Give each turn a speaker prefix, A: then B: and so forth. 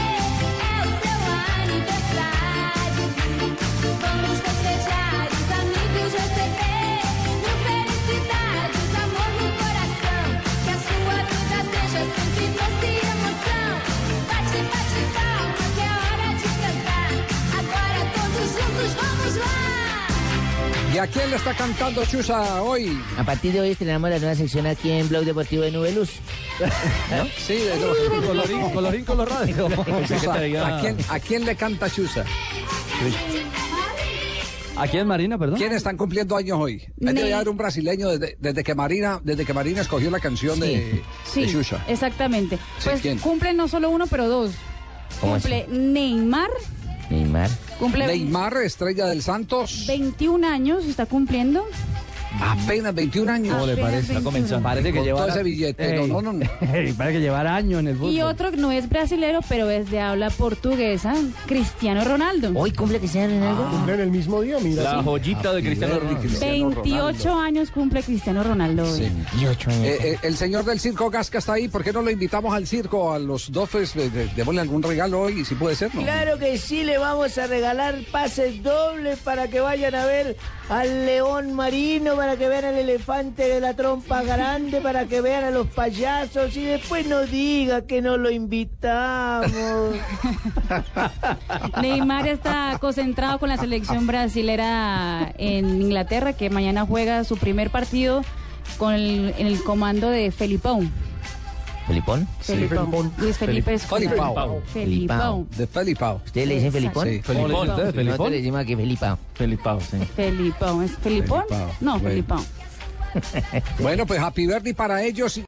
A: vai ser uma festa. Bolo Guaraná, um doce pra você. É o seu aniversário. Vamos festejar, os amigos receber. Mil felicidades, amor no coração. Que a sua vida seja sempre doce e emoção. Bate, bate, palma, que é hora de cantar. Agora todos juntos vamos lá.
B: ¿Y a quién le está cantando Chusa hoy?
C: A partir de hoy estrenamos la nueva sección aquí en Blog Deportivo de Nube Luz.
B: Sí, de los colorín, colorín colorado. Chusa, ¿a, quién, ¿A quién le canta Chusa?
D: Aquí en Marina, perdón.
B: ¿Quiénes están cumpliendo años hoy? Ahí Debe haber un brasileño desde, desde que Marina, desde que Marina escogió la canción de, de
E: Sí, Eh,
B: Xuxa.
E: exactamente.
B: Sí,
E: Pues
B: ¿quién?
E: cumple no solo uno, pero dos.
C: ¿Cómo
E: Cumple Neymar,
C: Neymar.
E: cumple
B: Neymar, estrella del Santos,
E: 21 años, está cumpliendo.
B: apenas 21 años.
E: Apenas 21.
D: Parece que
B: Con todo
D: llevar
B: ese billete. No,
D: Ey.
B: no, no, no.
D: Ey, parece que llevar años en el fútbol.
E: Y otro no es brasilero, pero es de habla portuguesa, Cristiano Ronaldo.
C: ¿Hoy cumple Cristiano Ronaldo?
F: En el mismo día, mira.
D: La joyita de Cristiano Ronaldo.
E: 28 años cumple Cristiano Ronaldo. hoy.
B: Sí.
C: 28 años.
B: Eh, eh, el señor del circo Gasca está ahí. ¿Por qué no lo invitamos al circo? A los dos, pues, de- de- démosle algún regalo hoy, si puede ser, ¿no?
G: Claro que sí, le vamos a regalar pases dobles para que vayan a ver al león marino, para que vean al elefante de la trompa grande, para que vean a los payasos y después no diga que no lo invitamos.
E: Neymar está concentrado con la selección brasilera en Inglaterra, que mañana juega su primer partido con el, en el comando de Felipão.
C: ¿Felipón?
E: Felipão. Luis Felipe Escolar.
B: Felipão.
E: Felipão.
B: De Felipao.
C: ¿Ustedes le dicen
E: Exacto.
C: Felipón?
B: Sí,
D: ¿Cómo le
B: Felipao.
D: dicen ustedes?
C: Nosotros le
D: ¿Felipón?
C: decimos aquí Felipao.
D: Felipao, sí.
E: Felipão. ¿Es Felipón?
B: Felipão.
E: No,
B: Bueno.
E: Felipão.
B: Bueno, pues happy birthday para ellos